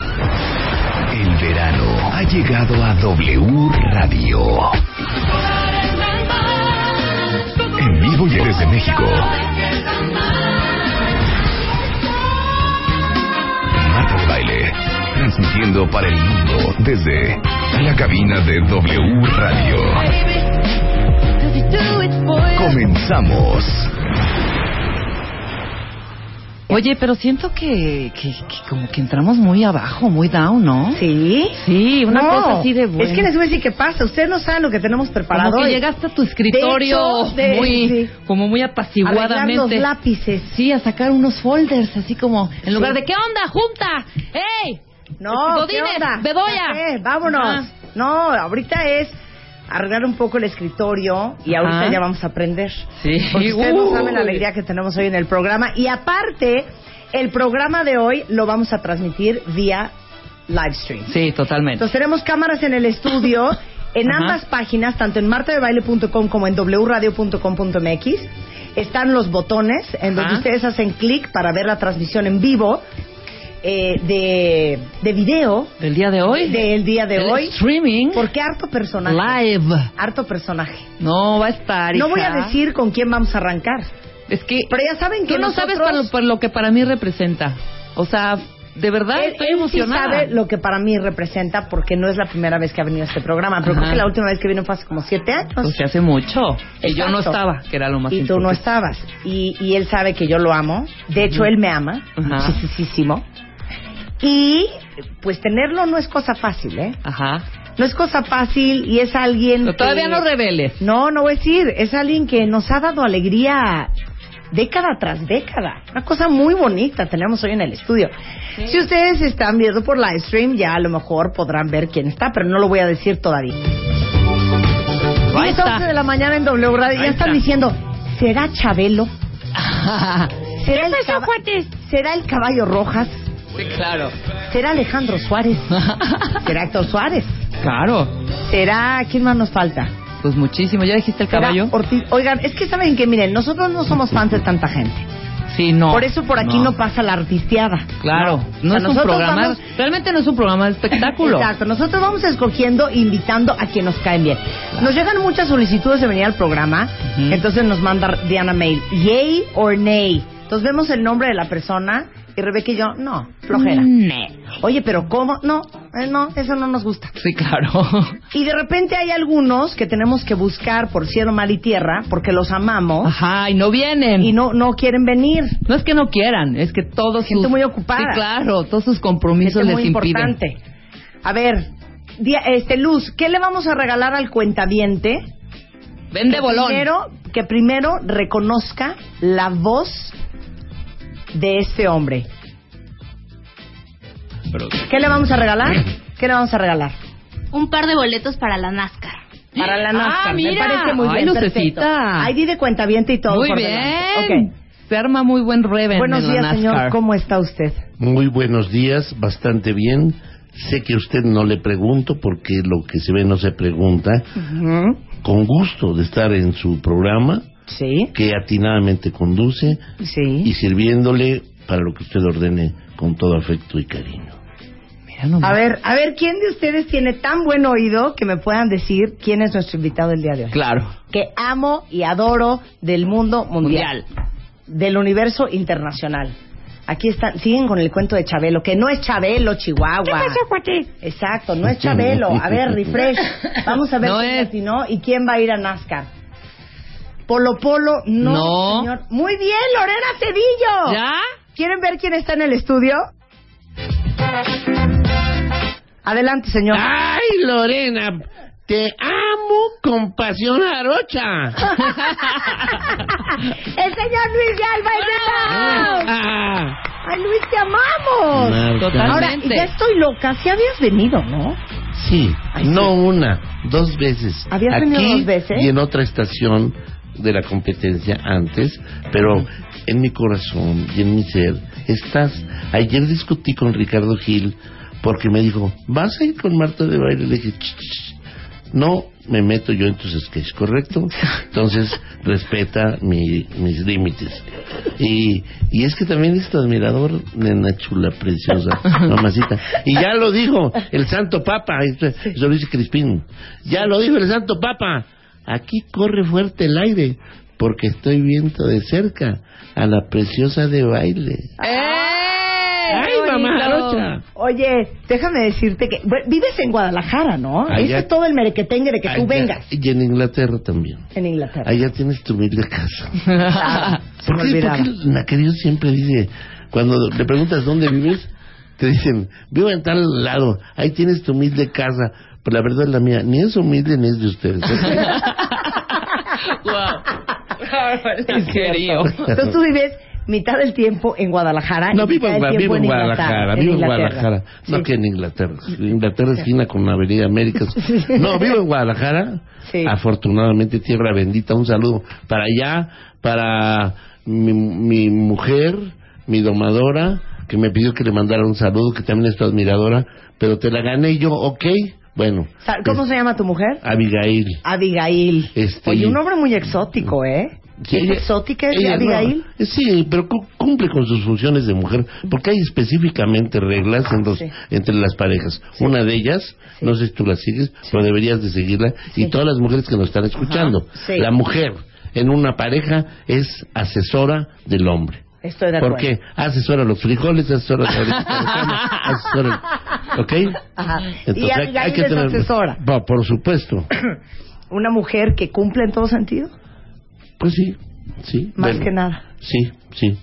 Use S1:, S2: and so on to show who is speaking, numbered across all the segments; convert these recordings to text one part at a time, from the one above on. S1: El verano ha llegado a W Radio. En vivo y desde México. Marta de Baile. Transmitiendo para el mundo desde la cabina de W Radio. Comenzamos.
S2: Oye, pero siento que, que, que como que entramos muy abajo, muy down, ¿no?
S3: ¿Sí?
S2: Sí, una
S3: No,
S2: cosa así de buena.
S3: Es que les voy a decir qué pasa. Ustedes no saben lo que tenemos preparado.
S2: como que
S3: hoy.
S2: llegaste a tu escritorio
S3: De hecho, de-
S2: muy,
S3: sí.
S2: como muy
S3: Arreglar los
S2: apaciguadamente.
S3: lápices.
S2: Sí, a sacar unos folders, así como en lugar
S3: Sí.
S2: de ¿qué onda, junta? ¡Ey!
S3: No,
S2: Godínez,
S3: ¿qué onda?
S2: Bedoya.
S3: Ya sé, vámonos.
S2: Ajá.
S3: No, ahorita es arreglar un poco el escritorio y ahorita
S2: Ajá.
S3: ya vamos a aprender.
S2: Sí.
S3: Porque ustedes no saben la
S2: Uy.
S3: alegría que tenemos hoy en el programa. Y aparte, el programa de hoy lo vamos a transmitir vía live stream.
S2: Sí, totalmente.
S3: Entonces tenemos cámaras en el estudio, en
S2: Ajá.
S3: ambas páginas, tanto en martadebaile.com como en wradio.com.mx. Están los botones en donde
S2: Ajá.
S3: ustedes hacen clic para ver la transmisión en vivo eh, de, de video
S2: Del día de hoy.
S3: del día de
S2: El
S3: hoy.
S2: Streaming.
S3: Porque harto personaje.
S2: Live.
S3: Harto personaje.
S2: No va a estar.
S3: No
S2: hija.
S3: voy a decir con quién vamos a arrancar.
S2: Es que.
S3: Pero ya saben que
S2: Tú no
S3: nosotros-
S2: sabes para lo, para lo que para mí representa. O sea, de verdad
S3: Él,
S2: estoy
S3: él
S2: emocionada.
S3: sí sabe lo que para mí representa porque no es la primera vez que ha venido a este programa. Pero
S2: Ajá.
S3: creo que la última vez que vino fue hace como siete años.
S2: Pues se hace mucho. Y yo no
S3: Exacto.
S2: estaba, que era lo más
S3: y tú no
S2: importante.
S3: estabas. Y, y él sabe que yo lo amo. De hecho, él me ama.
S2: Ajá.
S3: Muchísimo. Y pues tenerlo no es cosa fácil, ¿eh?
S2: Ajá.
S3: No es cosa fácil y es alguien.
S2: Pero todavía
S3: que-
S2: no reveles.
S3: No, no voy a decir. Es alguien que nos ha dado alegría década tras década. Una cosa muy bonita tenemos hoy en el estudio. Si ustedes están viendo por live stream, ya a lo mejor podrán ver quién está, pero no lo voy a decir todavía.
S2: Ahí
S3: 10, 11 de
S2: está.
S3: la mañana en W Radio. Ya
S2: Ahí
S3: están
S2: está.
S3: diciendo, ¿será Chabelo? ¿Será, el caba- ¿Será el caballo Rojas?
S2: Sí, claro.
S3: ¿Será Alejandro Suárez? ¿Será Héctor Suárez?
S2: claro.
S3: ¿Será... ¿Quién más nos falta?
S2: Pues muchísimo. ¿Ya dijiste el
S3: ¿Será
S2: caballo?
S3: Ortiz? Oigan, es que saben que, miren, nosotros no somos fans de tanta gente.
S2: Sí, no.
S3: por eso por aquí no, pasa la artisteada.
S2: Claro. No,
S3: O sea,
S2: es un
S3: nosotros
S2: programa.
S3: vamos-
S2: Realmente no es un programa de espectáculo.
S3: Exacto, nosotros vamos escogiendo, invitando a quien nos caen bien. Nos llegan muchas solicitudes de venir al programa,
S2: Ujú.
S3: entonces nos manda Diana Mail, yay or nay. Entonces vemos el nombre de la persona y Rebeca y yo, no, flojera.
S2: Mm.
S3: Oye, pero ¿cómo? No, eh, no, eso no nos gusta.
S2: eh. Sí, claro.
S3: Y de repente hay algunos que tenemos que buscar por cielo, mar y tierra porque los amamos
S2: Ajá, y no vienen.
S3: y no, no quieren venir.
S2: No es que no quieran, es que todos
S3: Gente
S2: sus...
S3: muy ocupada.
S2: Sí, claro, todos sus compromisos
S3: Gente
S2: les
S3: Este, muy
S2: impiden.
S3: importante. A ver, di- este Luz, ¿qué le vamos a regalar al cuentaviente?
S2: Vende bolón.
S3: Primero, que primero reconozca la voz de este hombre. ¿Qué le vamos a regalar? ¿Qué le vamos a regalar?
S4: un par de boletos para la NASCAR.
S3: Para la
S2: Ah,
S3: NASCAR. Me
S2: mira.
S3: parece muy
S2: Ay,
S3: bien.
S2: Lucecita.
S3: perfecto. Ahí di de cuentaviente y todo.
S2: Muy
S3: por
S2: bien.
S3: delante. Ok.
S2: Se arma muy buen reven
S3: Buenos
S2: en
S3: días,
S2: la
S3: señor.
S2: NASCAR.
S3: ¿Cómo está usted?
S5: Muy buenos días, bastante bien. Sé que a usted no le pregunto porque lo que se ve no se pregunta. Con gusto de estar en su programa
S3: Sí.
S5: que atinadamente conduce y
S3: Sí.
S5: sirviéndole para lo que usted ordene con todo afecto y cariño.
S2: Mira nomás.
S3: A ver, a ver, ¿quién de ustedes tiene tan buen oído que me puedan decir quién es nuestro invitado el día de hoy?
S2: Claro.
S3: que amo y adoro del mundo mundial, del universo internacional. Aquí están, siguen con el cuento de Chabelo, que no es Chabelo, Chihuahua. Exacto, no es Chabelo. A ver, refresh. Vamos a ver
S2: No
S3: quién
S2: es.
S3: le atinó y quién va a ir a NASCAR. Polo Polo, no,
S2: No.
S3: señor. Muy bien, Lorena Cedillo.
S2: ¿Ya?
S3: ¿Quieren ver quién está en el estudio? Adelante, señor.
S5: Ah. ¡Ay, Lorena! Te amo con pasión jarocha.
S3: El señor Luis de Alba es de la-
S5: Ah,
S3: ¡Ay, Luis, te amamos!
S5: Marta.
S3: Ahora,
S2: Totalmente.
S3: ya estoy loca. Si habías venido, ¿no?
S5: Sí,
S3: Ay,
S5: no
S3: sí.
S5: una, dos veces.
S3: ¿Habías
S5: Aquí
S3: venido dos veces?
S5: Y en otra estación de la competencia antes, pero en mi corazón y en mi ser estás. Ayer discutí con Ricardo Gil porque me dijo, ¿vas a ir con Marta de baile? Le dije, "Ch, ch, ch, no me meto yo en tus sketches, ¿correcto? Entonces, respeta mi- mis límites. Y, y es que también es tu admirador, nena chula, preciosa, mamacita. Y ya lo dijo el Santo Papa, esto- eso lo dice Crispín, ya lo dijo el Santo Papa, aquí corre fuerte el aire, porque estoy viendo de cerca a la preciosa de baile.
S2: ¡Eh!
S5: ¡Ay, mamá! Rocha!
S3: Oye, déjame decirte que bueno, vives en Guadalajara, ¿no?
S5: Allá.
S3: Este es todo el merequetengue de que tú
S5: Allá-
S3: vengas
S5: Y en Inglaterra también.
S3: en Inglaterra.
S5: Allá tienes tu humilde casa.
S3: Se
S5: ¿Por
S3: me
S5: qué,
S3: olvidaba.
S5: por qué Nacario siempre dice, cuando le preguntas dónde vives, te dicen, vivo en tal lado, ahí tienes tu humilde casa? Pero la verdad es la mía, ni es humilde ni es de ustedes. ¿eh?
S2: ¿En serio?
S3: Entonces tú vives mitad del tiempo en Guadalajara. y
S5: No, vivo,
S3: mitad
S5: en-
S3: del tiempo
S5: vivo en
S3: Inglaterra,
S5: Guadalajara,
S3: en
S5: vivo en
S3: Inglaterra.
S5: Guadalajara. No
S3: Sí.
S5: que en Inglaterra. Inglaterra esquina con la Avenida Américas. No, vivo en Guadalajara.
S3: Sí.
S5: Afortunadamente, tierra bendita. Un saludo para allá, para mi, mi mujer, mi domadora, que me pidió que le mandara un saludo, que también es tu admiradora, pero te la gané yo, ¿ok? Bueno.
S3: Sa- ¿Cómo
S5: es-
S3: se llama tu mujer?
S5: Abigail.
S3: Abigail.
S5: Este-
S3: Oye, un hombre muy exótico, ¿eh?
S5: Sí,
S3: ¿Es
S5: ella-
S3: exótica es
S5: ella no. eh,
S3: Abigail?
S5: sí, pero cu- cumple con sus funciones de mujer, porque hay específicamente reglas en los-
S3: Sí.
S5: entre las parejas. Una de ellas,
S3: Sí.
S5: no sé si tú la sigues, pero deberías de seguirla, y todas las mujeres que nos están escuchando.
S3: Sí.
S5: La mujer en una pareja es asesora del hombre.
S3: Estoy de acuerdo.
S5: Porque asesora los frijoles, asesora la orejita de cama, asesora... ¿Ok?
S3: Ajá. y Abigail es asesora.
S5: Va, por supuesto.
S3: Una mujer que cumple en todo sentido,
S5: Pues sí, sí.
S3: más
S5: bueno.
S3: que nada.
S5: Sí, sí.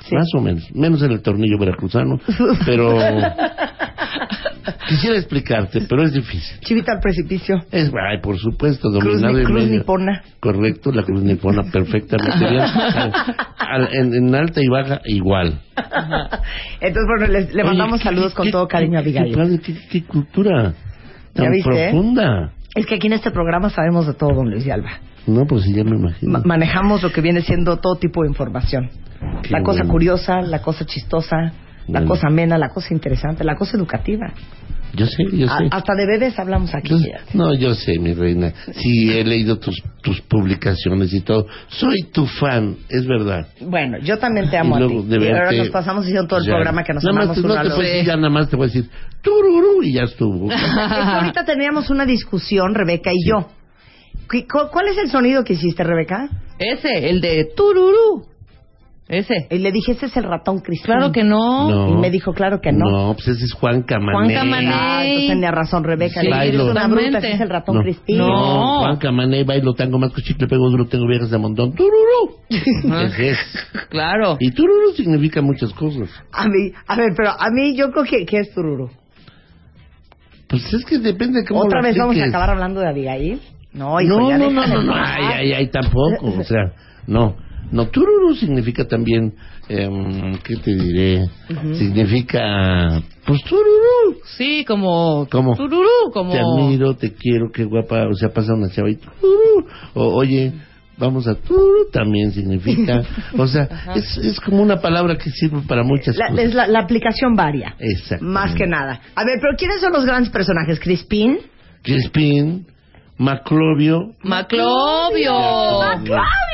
S3: Sí.
S5: Más o menos. Menos en el tornillo veracruzano. Pero. Quisiera explicarte, pero es difícil.
S3: Chivita al precipicio.
S5: Es, ay, por supuesto,
S3: Cruz,
S5: dominado
S3: ni-
S5: en
S3: cruz
S5: medio.
S3: nipona.
S5: Correcto, la cruz nipona perfectamente bien. Al- al- en, en alta y baja, igual.
S3: Entonces, bueno, les- le
S5: Oye,
S3: mandamos
S5: qué-
S3: saludos con
S5: qué-
S3: todo cariño a
S5: qué-
S3: Abigail.
S5: Qué, padre, qué- qué cultura
S3: ¿Ya
S5: tan
S3: viste, eh?
S5: profunda.
S3: Es que aquí en este programa sabemos de todo, don Luis de Alba.
S5: No, pues sí, ya me imagino.
S3: Ma- manejamos lo que viene siendo todo tipo de información.
S5: Qué
S3: La cosa
S5: bueno.
S3: curiosa, la cosa chistosa, la
S5: Bueno.
S3: cosa amena, la cosa interesante, la cosa educativa.
S5: Yo sé, yo
S3: A-
S5: sé.
S3: hasta de bebés hablamos aquí.
S5: Yo- no, yo sé, mi reina. Sí, he leído tus, tus publicaciones y todo. Soy tu fan, es verdad.
S3: Bueno, yo también te
S5: Y
S3: amo a
S5: luego
S3: ti.
S5: de
S3: Y ahora
S5: verte-
S3: nos pasamos y todo el
S5: ya.
S3: programa que nos
S5: nada
S3: amamos
S5: más, te-
S3: uno
S5: no
S3: al
S5: te
S3: otro.
S5: voy a decir, ya nada más te voy a decir tururú y ya estuvo.
S3: Es que ahorita teníamos una discusión, Rebeca y yo. ¿Qué- cu- ¿Cuál es el sonido que hiciste, Rebeca?
S2: Ese, el de tururú. Ese.
S3: Y le dije, ese es el ratón Cristóbal.
S2: Claro que no.
S5: No.
S3: Y me dijo, claro que no.
S5: No, pues ese es Juan Camané.
S2: Juan Camané.
S3: Ah, entonces tenía razón, Rebeca.
S5: Sí,
S3: Le dije, eres
S5: bailo.
S3: una bruta, ese es el ratón
S5: No,
S3: Cristín.
S5: no,
S2: No.
S5: Juan Camané, bailo tango más chicle, pego duro, tengo viejas de montón. Tururú. Ese es.
S2: Ah, Claro.
S5: Y tururú significa muchas cosas.
S3: A mí, a ver, pero a mí yo creo que, que es tururu.
S5: Pues es que depende de cómo
S3: ¿Otra
S5: lo
S3: vez vamos a
S5: apliques.
S3: acabar hablando de Abigail? No, hijo,
S5: No,
S3: pues ya
S5: no,
S3: déjame
S5: no,
S3: ah,
S5: no, no,
S3: en paz.
S5: ay, ay, ay, tampoco, o sea, no, no, tururu significa también, em, ¿qué te diré? Significa, pues tururu,
S2: Sí, como.
S5: ¿Cómo?
S2: Tururú, como.
S5: te admiro, te quiero, qué guapa, o sea, pasa una chava y tururu, o oye, vamos a tururu también significa, o sea, es, es como una palabra que sirve para muchas
S3: La,
S5: cosas.
S3: es la, la aplicación varia.
S5: Exacto.
S3: Más que nada. A ver, pero ¿quiénes son los grandes personajes? ¿Crispín?
S5: Crispín, Maclovio,
S2: Maclovio.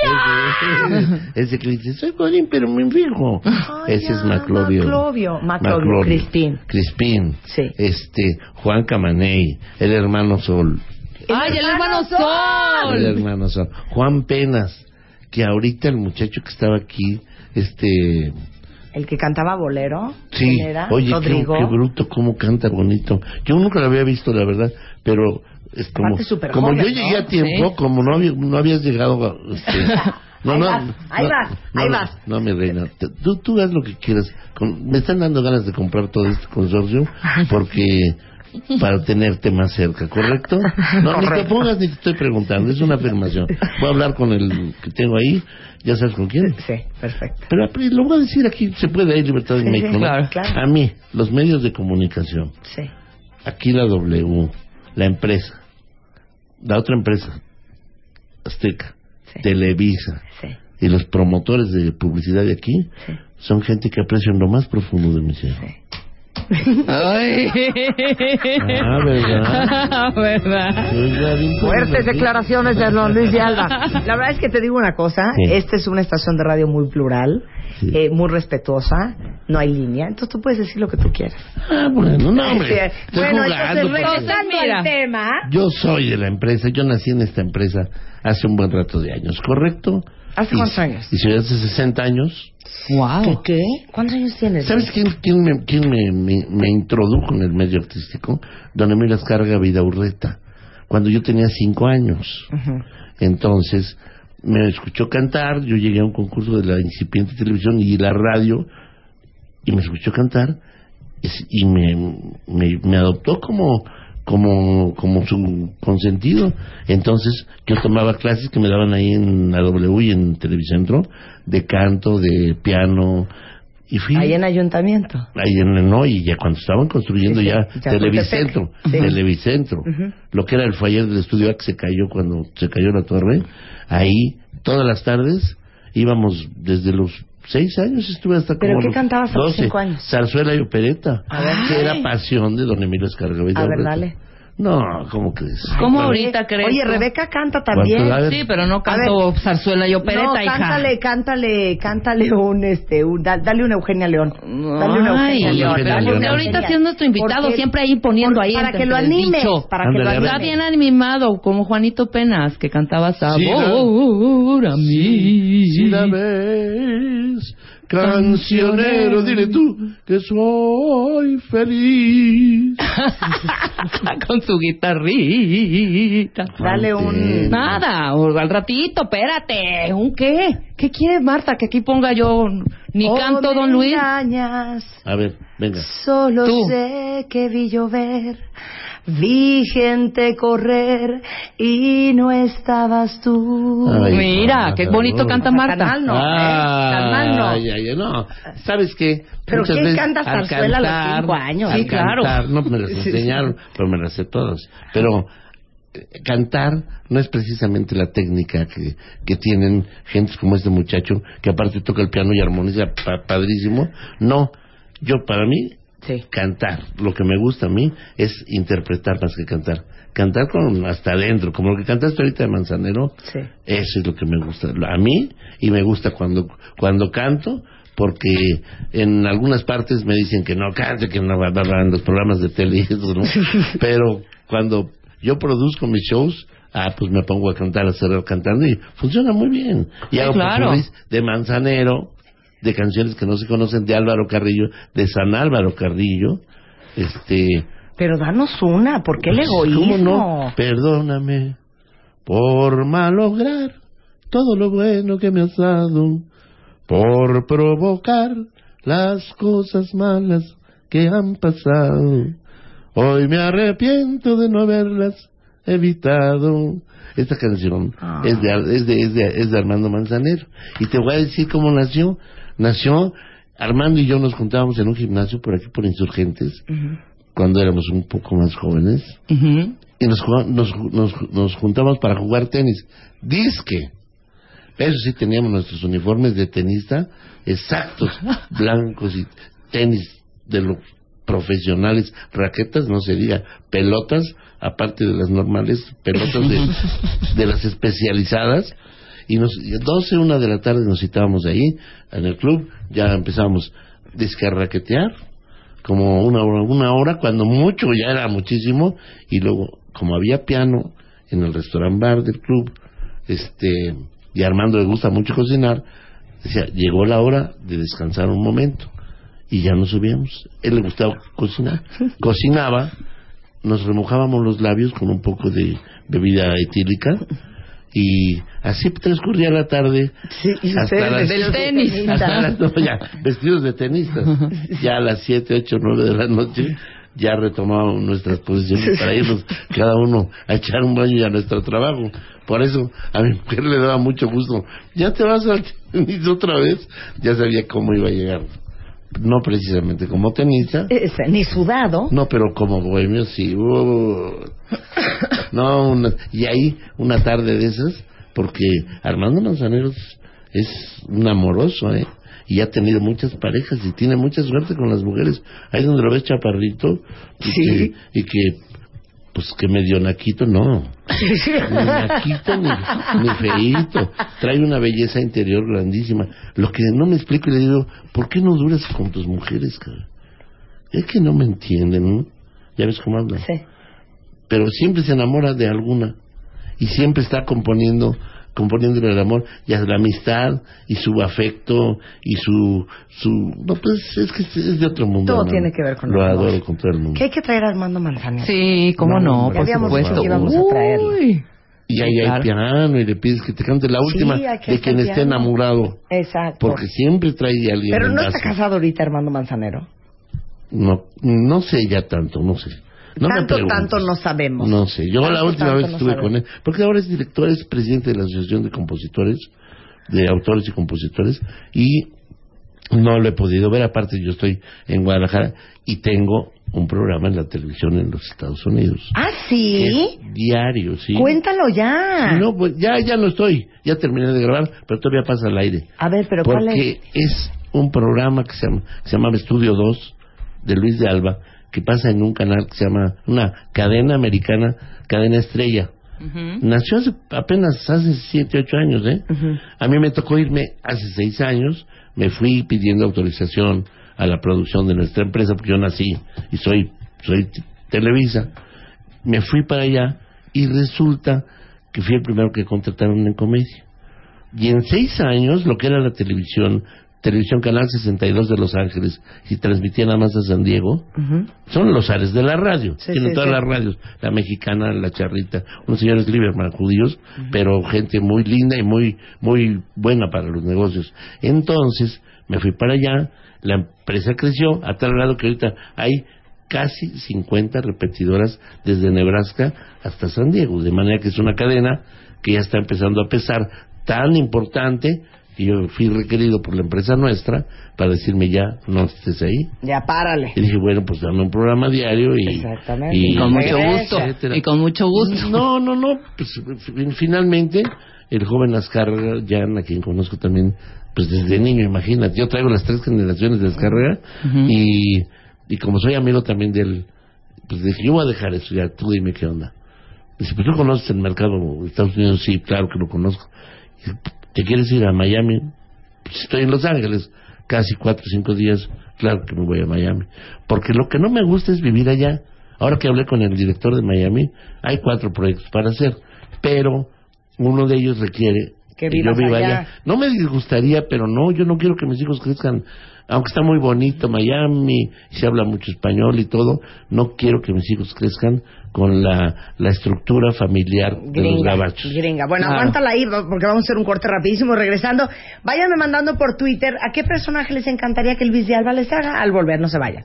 S5: Maclovio. Ese, ese que dice, soy Godín, pero me fijo.
S3: Ay,
S5: ese
S3: ya,
S5: es Maclovio.
S3: Maclovio, Maclovio, Crispín.
S5: Crispín.
S3: Sí.
S5: Este, Juan Camaney, el hermano Sol.
S2: Ay, el hermano
S5: El
S2: Sol.
S5: hermano Sol. Juan Penas, que ahorita el muchacho que estaba aquí, este...
S3: El que cantaba bolero.
S5: Sí,
S3: ¿Quién era?
S5: oye, qué,
S3: Rodrigo.
S5: qué bruto, cómo canta bonito. Yo nunca lo había visto, la verdad, pero es como,
S3: Aparte es súper
S5: como
S3: joven,
S5: yo llegué
S3: ¿no?
S5: a tiempo,
S2: Sí.
S5: como no, había- no habías llegado a... este,
S3: Ahí vas, ahí vas, ahí
S5: no,
S3: vas.
S5: No, mi reina, te- tú, tú haz lo que quieras. Con- me están dando ganas de comprar todo este consorcio porque para tenerte más cerca, ¿correcto? No, ni te pongas ni te estoy preguntando, es una afirmación. Voy a hablar con el que tengo ahí, ya sabes con quién.
S3: Sí, perfecto.
S5: Pero apre- lo voy a decir aquí, se puede, hay libertad en
S3: Sí, sí,
S5: México. ¿no?
S3: claro, claro.
S5: A mí, los medios de comunicación,
S3: Sí.
S5: aquí la W, la empresa, la otra empresa, Azteca,
S3: Sí.
S5: Televisa,
S3: Sí.
S5: y los promotores de publicidad de aquí
S3: Sí.
S5: son gente que aprecian lo más profundo de mi ser.
S2: Ay.
S5: Ah, ¿verdad?
S2: ¿Verdad?
S3: Fuertes declaraciones de don Luis de Alba. La verdad es que te digo una cosa,
S5: Sí.
S3: esta es una estación de radio muy plural,
S5: Sí.
S3: eh, muy respetuosa, no hay línea, entonces tú puedes decir lo que tú quieras.
S5: Ah, bueno, no,
S3: Sí.
S5: hombre. Estoy
S3: Bueno,
S5: jugando,
S3: entonces
S5: pues.
S3: regresando
S2: Mira.
S3: al tema,
S5: Yo soy de la empresa, yo nací en esta empresa hace un buen rato de años, ¿correcto?
S3: ¿Hace
S5: Y-
S3: cuántos años?
S5: Y si hace 60 años.
S2: Wow.
S3: ¿qué? ¿Cuántos años tienes?
S5: ¿Sabes quién, quién, me, quién me, me- me introdujo en el medio artístico? Don Emilio Azcárraga Vidaurreta, cuando yo tenía cinco años. Entonces, me escuchó cantar, yo llegué a un concurso de la incipiente televisión y la radio, y me escuchó cantar, y, s- y me, me, me adoptó como, como, como su consentido. Entonces, yo tomaba clases que me daban ahí en la W y en Televicentro, de canto, de piano, y fui
S3: Ahí en ayuntamiento.
S5: ahí en no y ya cuando estaban construyendo
S3: Sí, sí,
S5: ya
S3: Chapultepec.
S5: Televicentro,
S3: Sí.
S5: Televicentro, lo que era el taller del estudio A que se cayó cuando se cayó la torre, ahí todas las tardes íbamos desde los seis años estuve hasta
S3: ¿Pero
S5: como
S3: qué
S5: los
S3: cantabas a los
S5: 12,
S3: cinco años?
S5: zarzuela y opereta,
S3: A ver.
S5: que era pasión de don Emilio Escarga
S3: A ver, dale.
S5: No, ¿cómo crees?
S2: ¿Cómo
S5: Otra vez.
S2: ahorita crees?
S3: Oye,
S2: tú?
S3: Rebeca canta también.
S5: ¿Cuánto da?
S2: Sí, pero no canto zarzuela y opereta,
S3: no,
S2: hija.
S3: cántale, cántale, cántale un, este, un, da- dale una Eugenia León. Dale una
S2: Ay,
S3: Eugenia León.
S2: León,
S5: Eugenia
S2: pero porque
S5: León.
S2: ahorita sí es nuestro invitado,
S3: Porque-
S2: siempre ahí poniendo
S3: por-
S2: ahí.
S3: Para
S2: entre-
S3: que lo
S2: entre el
S3: anime,
S2: bicho.
S3: para que lo
S5: Ándale, a ver.
S2: Está
S3: anime.
S2: bien animado, como Juanito Penas, que cantaba Sabor
S5: Sí,
S2: a mí.
S5: Sí, Si la ves, cancionero, dile tú que soy feliz.
S2: Con su guitarrita.
S3: Dale un...
S2: Nada, o al ratito, espérate. ¿Un qué? ¿Qué quieres, Marta? Que aquí ponga yo ni
S3: Oh,
S2: canto,
S3: me
S2: don Luis.
S3: engañas,
S5: A ver, venga.
S3: Solo
S2: Tú.
S3: sé que vi llover, vi gente correr y no estabas tú.
S5: Ay,
S2: Mira,
S5: Marta,
S2: qué bonito
S5: no.
S2: canta
S3: Tan
S2: Marta.
S3: mal no, ¿eh? Tan mal no.
S5: Ay, ay, ay, no. ¿Sabes qué?
S3: Pero
S5: Muchas
S3: ¿quién
S5: veces
S3: canta
S5: al
S3: zarzuela a los
S5: cantar,
S3: cinco años?
S5: al
S3: Sí, claro.
S5: cantar, no me las enseñaron, pero me las sé todas. Pero eh, cantar no es precisamente la técnica que, que tienen gentes como este muchacho, que aparte toca el piano y armoniza pa- padrísimo. No, yo para mí
S3: Sí.
S5: cantar. Lo que me gusta a mí es interpretar más que cantar. Cantar con hasta adentro, como lo que cantaste ahorita de Manzanero.
S3: Sí.
S5: Eso es lo que me gusta a mí y me gusta cuando cuando canto porque en algunas partes me dicen que no cante, que no va a en los programas de tele y eso, ¿no? Pero cuando yo produzco mis shows, ah, pues me pongo a cantar, a cerrar cantando y funciona muy bien. Y
S2: Sí,
S5: hago
S2: claro.
S5: pasiones de Manzanero, de canciones que no se conocen de Álvaro Carrillo, de San Álvaro Carrillo, este,
S3: Pero danos una, ¿por qué el egoísmo?
S5: Pues, ¿Cómo no? Perdóname por malograr todo lo bueno que me has dado, por provocar las cosas malas que han pasado. Hoy me arrepiento de no haberlas evitado. Esta canción
S3: Ah.
S5: es, de, Ar- es, de, es, de, es de Armando Manzanero. Y te voy a decir cómo nació. Nació, Armando y yo nos juntábamos en un gimnasio por aquí, por Insurgentes, cuando éramos un poco más jóvenes
S2: Ujú.
S5: y nos, jugá- nos, ju- nos, ju- nos juntamos para jugar tenis. Disque. Eso sí, teníamos nuestros uniformes de tenista exactos, blancos y tenis de los profesionales, raquetas, no se diga, pelotas, aparte de las normales, pelotas de, de las especializadas. Y nos, y 12, una de la tarde nos citábamos ahí, en el club, ya empezábamos disque a raquetear, como una hora, una hora, cuando mucho ya era muchísimo, y luego, como había piano en el restaurant bar del club, este, y a Armando le gusta mucho cocinar, decía, llegó la hora de descansar un momento, y ya nos subíamos. Él le gustaba cocinar, cocinaba, nos remojábamos los labios con un poco de bebida etílica, y así transcurría la tarde
S3: Sí, y ustedes
S5: las-
S3: vestidos de Del tenis. tenistas.
S5: hasta las- no, ya, vestidos de tenistas. Ya a las 7, 8, 9 de la noche ya retomamos nuestras posiciones para irnos cada uno a echar un baño y a nuestro trabajo. Por eso a mi mujer le daba mucho gusto. Ya te vas al tenis otra vez. Ya sabía cómo iba a llegar. No precisamente como tenista,
S3: Es- ni sudado.
S5: no, pero como bohemio sí. uh. No, una- y ahí una tarde de esas, porque Armando Manzaneros es un amoroso, ¿eh? Y ha tenido muchas parejas y tiene mucha suerte con las mujeres. Ahí donde lo ves chaparrito y,
S3: Sí.
S5: que, y que, pues que medio naquito, no. Ni naquito ni, ni feíto. Trae una belleza interior grandísima. Lo que no me explico y le digo, ¿por qué no duras con tus mujeres, cabrón? Es que no me entienden, ¿no? Ya ves cómo hablan.
S3: Sí.
S5: Pero siempre se enamora de alguna. Y siempre está componiendo, componiéndole el amor y a la amistad y su afecto y su... su no, pues es que es- es de otro mundo.
S3: Todo
S5: hermano.
S3: tiene que ver con
S5: Lo
S3: el amor.
S5: adoro con todo el mundo.
S3: Que hay que traer a Armando Manzanero.
S2: Sí, cómo
S5: No,
S2: no,
S5: hombre,
S2: por
S3: habíamos
S5: dicho
S2: supuesto.
S5: que íbamos
S3: a traerlo.
S2: Uy.
S5: Y ahí
S2: Sí,
S5: hay
S2: claro.
S5: piano y le pides que te cante la última
S3: hay que
S5: de quien
S3: hacer
S5: esté
S3: piano.
S5: enamorado.
S3: Exacto.
S5: Porque siempre trae a alguien
S3: Pero
S5: en
S3: no está
S5: brazos.
S3: casado ahorita Armando Manzanero.
S5: No, no sé ya tanto, no sé. No me
S3: tanto,
S5: preguntes.
S3: tanto no sabemos.
S5: No sé, yo la
S3: Tanto,
S5: última
S3: tanto
S5: vez
S3: no
S5: estuve
S3: sabemos.
S5: con él, porque ahora es director, es presidente de la Asociación de Compositores, de autores y compositores, y no lo he podido ver, aparte yo estoy en Guadalajara y tengo un programa en la televisión en los Estados Unidos.
S3: Ah, sí.
S5: Es Diario, sí.
S3: Cuéntalo ya.
S5: No, pues ya, ya no estoy, ya terminé de grabar, pero todavía pasa al aire.
S3: A ver, pero ¿cuál es?
S5: Porque es un programa que se llama, que se llamaba Estudio 2 de Luis de Alba, que pasa en un canal que se llama, una cadena americana, cadena estrella. Nació hace, apenas hace 7, 8 años, ¿eh? A mí me tocó irme hace 6 años, me fui pidiendo autorización a la producción de nuestra empresa, porque yo nací y soy, soy t- Televisa. Me fui para allá y resulta que fui el primero que contrataron en comedia. Y en seis años, lo que era la televisión, Televisión Canal 62 de Los Ángeles, y transmitía nada más a San Diego, son los ares de la radio.
S3: Sí,
S5: Tienen
S3: sí,
S5: todas
S3: sí.
S5: las radios, la mexicana, la charrita, unos señores Lieberman, judíos, pero gente muy linda y muy, muy buena para los negocios. Entonces, me fui para allá, la empresa creció a tal grado que ahorita hay casi 50 repetidoras desde Nebraska hasta San Diego, de manera que es una cadena que ya está empezando a pesar tan importante que yo fui requerido por la empresa nuestra para decirme ya no estés ahí
S3: Ya párale.
S5: y dije, bueno, pues dame un programa diario y...
S3: Exactamente.
S2: Y con mucho
S3: Regresa.
S2: gusto.
S5: etcétera.
S2: Y con mucho gusto.
S5: No, no, no. pues, fin- finalmente, el joven Azcárraga, Jan, a quien conozco también, pues desde niño, imagínate. Yo traigo las tres generaciones de Azcárraga y, y como soy amigo también de él, pues dije, yo voy a dejar eso ya, tú dime qué onda. Dice, pues tú conoces el mercado de Estados Unidos, sí, claro que lo conozco. Dice, ¿Te quieres ir a Miami? Pues, estoy en Los Ángeles, casi cuatro o cinco días, claro que me voy a Miami. Porque lo que no me gusta es vivir allá. Ahora que hablé con el director de Miami, hay cuatro proyectos para hacer, pero uno de ellos requiere
S3: Que vivas allá.
S5: No me disgustaría, pero no, yo no quiero que mis hijos crezcan, aunque está muy bonito Miami, y se habla mucho español y todo, no quiero que mis hijos crezcan con la, la estructura familiar de los
S3: Gringa,
S5: gabachos.
S3: gringa. Bueno,
S5: Claro.
S3: aguántala ahí va- porque vamos a hacer un corte rapidísimo. Regresando, váyanme mandando por Twitter a qué personaje les encantaría que Luis de Alba les haga. Al volver, no se vayan.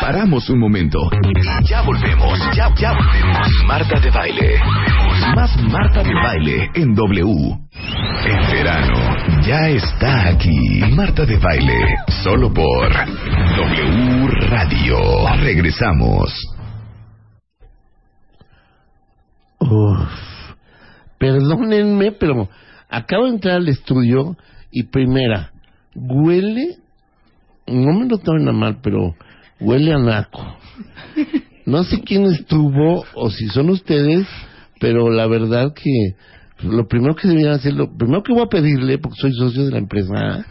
S1: Paramos un momento. Y ya volvemos. Ya, ya volvemos. Marta de baile. Más Marta de baile en W. El verano ya está aquí. Marta de baile. Solo por W Radio. Regresamos.
S5: Uf. Perdónenme, pero acabo de entrar al estudio y primera, huele, no me lo tomen a mal, pero huele a naco. No sé quién estuvo o si son ustedes, pero la verdad que lo primero que deberían hacer, lo primero que voy a pedirle, porque soy socio de la empresa,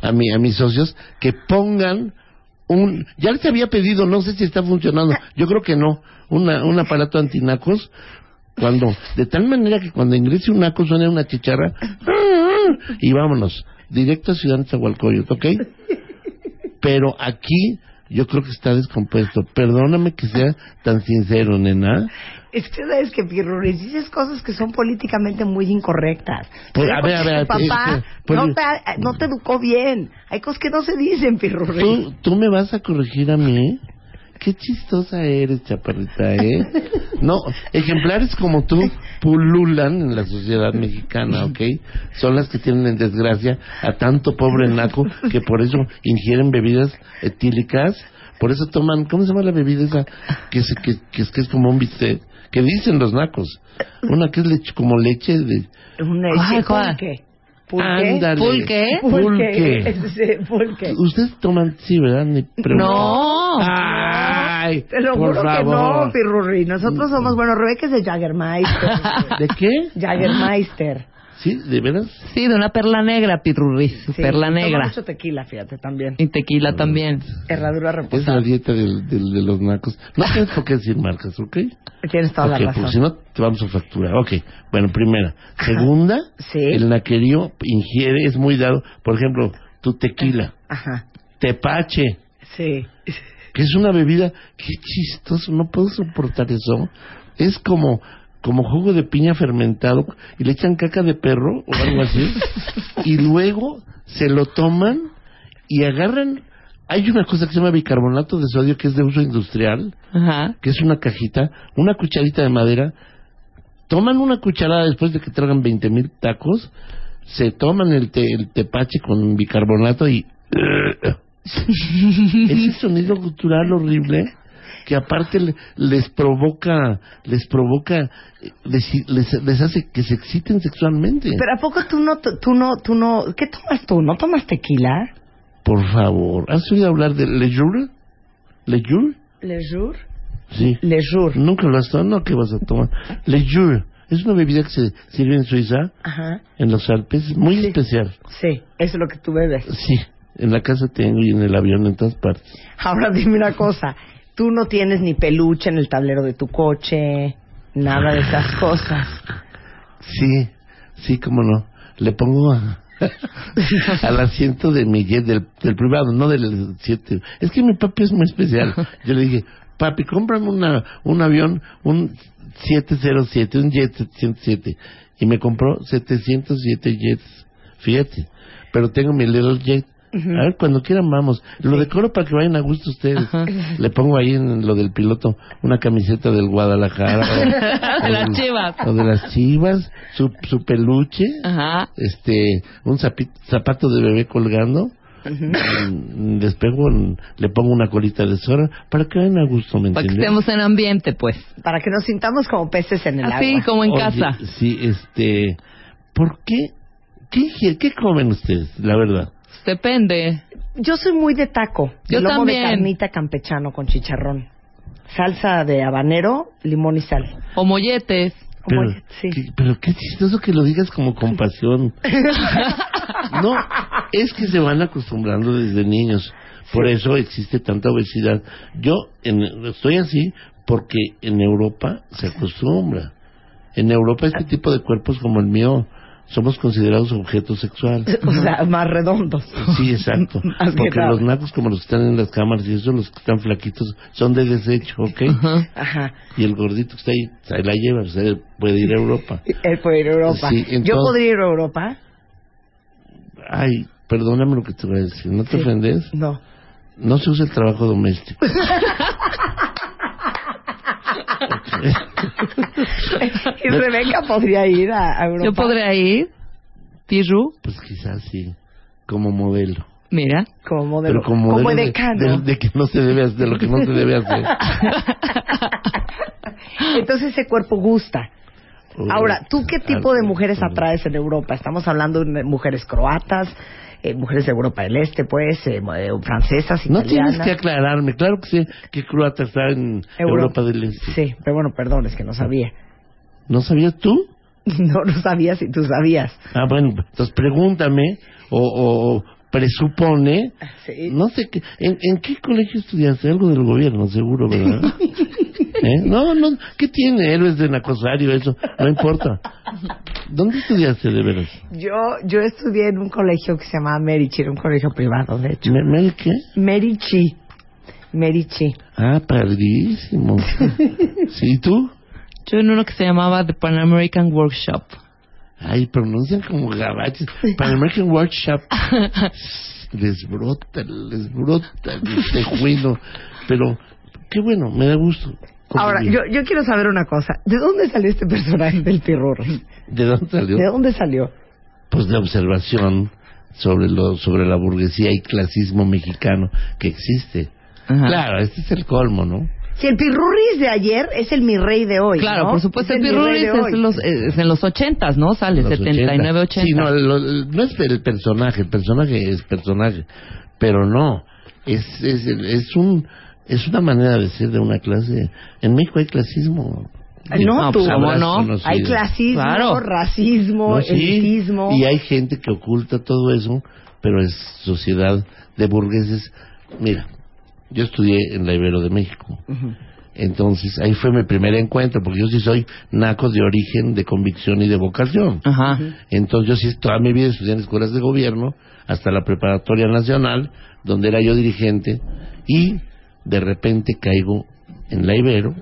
S5: a, mi, a mis socios, que pongan un... Ya les había pedido, no sé si está funcionando, yo creo que no, una, un aparato antinacos, cuando de tal manera que cuando ingrese un naco suene una chicharra y vámonos directo a Ciudad Nezahualcóyotl, ¿ok? Pero aquí yo creo que está descompuesto. Perdóname que sea tan sincero, nena.
S3: Es que sabes que Pirruris dices cosas que son políticamente muy incorrectas.
S5: Pues,
S3: Pero
S5: a ver, a ver,
S3: porque tu
S5: es
S3: papá
S5: que, pues,
S3: no, te, no te educó bien. Hay cosas que no se dicen, Pirruris.
S5: ¿Tú, tú me vas a corregir a mí Qué chistosa eres, chaparrita, ¿eh? No, ejemplares como tú pululan en la sociedad mexicana, ¿ok? Son las que tienen en desgracia a tanto pobre naco que por eso ingieren bebidas etílicas, por eso toman, ¿cómo se llama la bebida esa? Que es, que, que es, que es como un bistec, que dicen los nacos. Una que es leche, como leche de...
S3: Un
S2: ¿Cuál, cuál?
S3: pulque.
S5: Ándale.
S2: ¿Pulque?
S5: Pulque.
S3: Pulque. Sí, pulque.
S5: Ustedes toman, sí, ¿verdad? Ni pregunto.
S2: No.
S5: Ay,
S3: Te lo
S5: por
S3: juro
S5: favor. Mm.
S3: que no, Pirurri. Nosotros somos, bueno, Rebeca es de Jaggermeister.
S5: ¿De qué?
S3: Jaggermeister.
S5: Sí, de veras.
S2: Sí, de una perla negra, Pirurris.
S3: Sí,
S2: perla
S3: toma
S2: negra.
S3: mucho tequila, fíjate, también.
S2: Y
S5: Mm.
S2: tequila también.
S3: Herradura
S5: Es la
S3: reposada.
S5: dieta del, del- de los nacos. No tienes por qué decir marcas, ¿ok?
S3: Tienes Ah. toda
S5: Porque
S3: la razón.
S5: pues, si no, te vamos a facturar. Ok, bueno, primera. Segunda,
S3: Sí.
S5: el naquerío ingiere, es muy dado. Por ejemplo, tu tequila,
S3: Ajá.
S5: tepache,
S3: Sí.
S5: que es una bebida. Qué chistoso, no puedo soportar eso. Es como como jugo de piña fermentado y le echan caca de perro o algo así. y luego se lo toman y agarran. Hay una cosa que se llama bicarbonato de sodio que es de uso industrial
S2: Ajá.
S5: que es una cajita, una cucharita de madera, toman una cucharada después de que tragan 20 mil tacos, se toman el, te- el tepache con bicarbonato y... Ese sonido gutural horrible que aparte le- les provoca, les provoca, eh, les, les- les hace que se exciten sexualmente.
S3: Pero ¿a poco tú no, tú no, tú no, ¿qué tomas tú? ¿No tomas tequila?
S5: Por favor, ¿has oído hablar de Le Jour? ¿Le Jour?
S3: Le Jour.
S5: Sí.
S3: Le Jour.
S5: Nunca lo has tomado, ¿qué vas a tomar? Le Jour es una bebida que se sirve en Suiza,
S3: Ajá.
S5: en los Alpes, muy especial.
S3: Sí, eso es lo que tú bebes.
S5: Sí, en la casa tengo y en el avión, en todas partes.
S3: Ahora dime una cosa. Tú no tienes ni peluche en el tablero de tu coche, nada de esas cosas.
S5: Sí, sí, cómo no. Le pongo a- al asiento de mi jet, del, del privado, no del siete. Es que mi papi es muy especial. Yo le dije, papi, cómprame una, un avión, un 707, un jet 707. Y me compró 707 jets. Fíjate, pero tengo mi little jet. A ver, cuando quieran vamos. Lo decoro para que vayan a gusto ustedes.
S2: Ajá.
S5: Le pongo ahí en lo del piloto una camiseta del Guadalajara. o-
S2: De las
S5: o-
S2: Chivas.
S5: o de las chivas, su, su peluche,
S2: Ajá.
S5: este, un zapi- zapato de bebé colgando, mm, les pego, un- le pongo una colita de sora para que vayan a gusto, ¿me
S2: Para que
S5: entiendes?
S2: estemos en ambiente, pues.
S3: Para que nos sintamos como peces en el
S2: Así
S3: agua.
S2: como en
S5: Oye,
S2: casa.
S5: Sí, este, ¿por qué? ¿Qué, ingieren- qué comen ustedes, la verdad?
S2: Depende.
S3: Yo soy muy de taco.
S2: Yo
S3: lomo
S2: también.
S3: de carnita campechano con chicharrón. Salsa de habanero, limón y sal.
S2: O molletes.
S3: Como
S5: Pero,
S3: el- sí.
S5: qué, pero qué chistoso que lo digas como con pasión. no, es que se van acostumbrando desde niños. Por eso existe tanta obesidad. Yo en- estoy así porque en Europa se acostumbra. En Europa este tipo de cuerpos como el mío somos considerados objeto sexual.
S3: O sea, más redondos.
S5: Sí, exacto.
S3: Más que
S5: Porque
S3: nada.
S5: los nacos como los que están en las cámaras y eso, los que están flaquitos, son de desecho, ¿ok?
S3: Ajá.
S5: Y el gordito que está ahí, se la lleva, se puede ir a Europa.
S3: Él puede ir a Europa.
S5: Sí, entonces-
S3: Yo podría ir a Europa.
S5: Ay, perdóname lo que te voy a decir. ¿No te ofendes?
S3: No.
S5: No se usa el trabajo doméstico.
S3: Y Rebeca podría ir a, a Europa.
S2: Yo podría ir. Tiru,
S5: Pues quizás sí, como modelo.
S2: mira.
S3: Como modelo.
S5: Pero como
S3: como
S5: modelo de-
S3: decano.
S5: de, de que no se debe hacer, de lo que no se debe hacer.
S3: Entonces ese cuerpo gusta.
S5: Oh,
S3: Ahora, ¿tú qué tipo de mujeres atraes en Europa? Estamos hablando de mujeres croatas, eh, mujeres de Europa del Este, pues, eh, mo- eh, francesas,
S5: No
S3: italianas.
S5: tienes que aclararme. Claro que sí, que croata está en Europa, del Este.
S3: Sí, pero bueno, perdón, es que no sabía.
S5: ¿No sabías tú?
S3: No, no sabía si tú sabías.
S5: Ah, bueno, entonces pregúntame o, o- o presupone.
S3: Sí.
S5: No sé, qué, ¿en, en qué colegio estudiaste? Algo del gobierno, seguro, ¿verdad? ¿Eh? No, no, ¿qué tiene? Héroes de Nacosario, eso, no importa. ¿Dónde estudiaste de veras?
S3: Yo, yo estudié en un colegio que se llamaba Merichi, era un colegio privado, de hecho.
S5: ¿Me, me- qué?
S3: Merichi. Merichi.
S5: Ah, perdísimo. ¿Sí, ¿y tú?
S2: Yo en uno que se llamaba The Pan American Workshop.
S5: Ay, pronuncian como gabaches. Para American Workshop. Les brota, les brota el tejuino. Pero, qué bueno, me da gusto.
S3: Ahora,
S5: Convivir.
S3: yo, yo quiero saber una cosa. ¿De dónde salió este personaje del terror?
S5: ¿De dónde salió?
S3: ¿De dónde salió?
S5: Pues de observación sobre, lo, sobre la burguesía y clasismo mexicano que existe.
S2: Ajá.
S5: Claro, este es el colmo, ¿no?
S3: Si el pirurris de ayer es el mi rey de hoy.
S2: Claro,
S3: ¿no?
S2: por supuesto,
S3: Es
S2: el
S3: mi rey
S2: Pirurris
S3: de
S2: Pues, es,
S3: hoy.
S2: los- eh, es en los ochentas, ¿no? Sale,
S5: Los
S2: 79,
S5: 80.
S2: 80.
S5: Sí, no, lo- lo- no es el personaje, el personaje es personaje, pero no, es, es, es, un, es una manera de ser de una clase. En México hay clasismo.
S3: Ay, Ah, No,
S5: Ah,
S2: No,
S3: tú.
S2: pues, ¿cómo no?
S5: Habrás
S3: Hay
S5: conocido.
S3: clasismo,
S2: Claro.
S3: racismo,
S5: No, sí,
S3: elitismo.
S5: Y hay gente que oculta todo eso, pero es sociedad de burgueses. Mira, yo estudié en la Ibero de México. Entonces, ahí fue mi primer encuentro, porque yo sí soy naco de origen, de convicción y de vocación.
S2: Ajá.
S5: Entonces yo sí toda mi vida estudié en escuelas de gobierno hasta la preparatoria nacional, donde era yo dirigente, y de repente caigo en la Ibero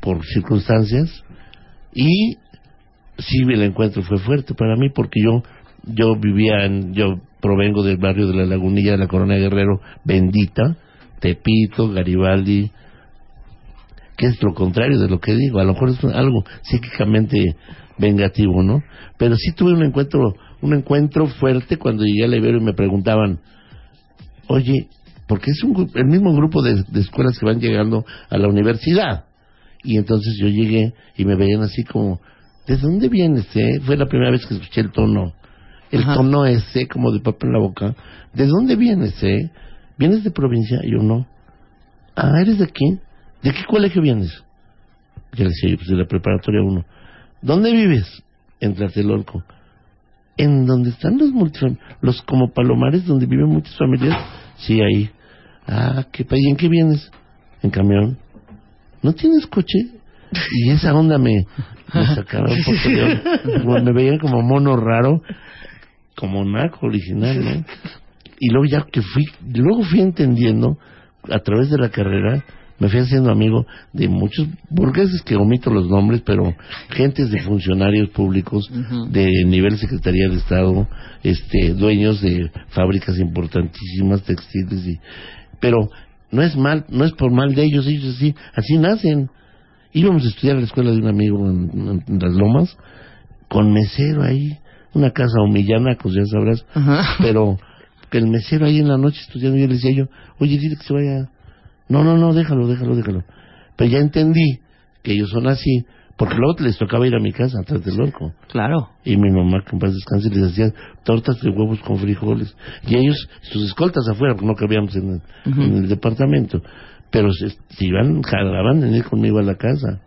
S5: por circunstancias y sí el encuentro fue fuerte para mí porque yo yo vivía en, yo provengo del barrio de la Lagunilla de la Corona Guerrero bendita Tepito Garibaldi que es lo contrario de lo que digo. A lo mejor es algo psíquicamente vengativo, ¿no? Pero sí tuve un encuentro, un encuentro fuerte cuando llegué a la Ibero y me preguntaban, oye, porque es un, gru- el mismo grupo de, de escuelas que van llegando a la universidad. Y entonces yo llegué y me veían así como, ¿de dónde vienes? eh?". Fue la primera vez que escuché el tono. El
S2: Ajá.
S5: tono ese, como de papel en la boca. ¿De dónde vienes? eh? ¿Vienes de provincia? Y yo no. Ah, ¿eres de aquí? ¿De qué colegio vienes? Yo le decía, yo, pues de la preparatoria 1. ¿Dónde vives? En Tlatelolco. En donde están los multifam- los como palomares donde viven muchas familias. Sí, ahí. Ah, ¿qué pa- ¿Y en qué vienes? En camión. ¿No tienes coche? Y esa onda me, me sacaba un poco de onda. Como Me veían como mono raro, como naco original, ¿no? y luego ya que fui, luego fui entendiendo a través de la carrera, me fui haciendo amigo de muchos burgueses que omito los nombres, pero gentes de funcionarios públicos de nivel Secretaría de Estado, este, dueños de fábricas importantísimas textiles y pero no es mal, no es por mal de ellos, ellos así, así nacen. Íbamos a estudiar a la escuela de un amigo en, en las Lomas con mesero ahí, una casa humillana, pues ya sabrás,
S2: Ajá.
S5: pero que el mesero ahí en la noche estudiando, yo le decía yo, oye, dile que se vaya. No, no, no, déjalo, déjalo, déjalo. Pero ya entendí que ellos son así, porque luego les tocaba ir a mi casa atrás del loco.
S2: Claro.
S5: Y mi mamá, que en paz descanse, les hacía tortas de huevos con frijoles. Y ellos, sus escoltas afuera, porque no cabíamos en el, en el departamento. Pero se, se iban, jalaban en ir conmigo a la casa.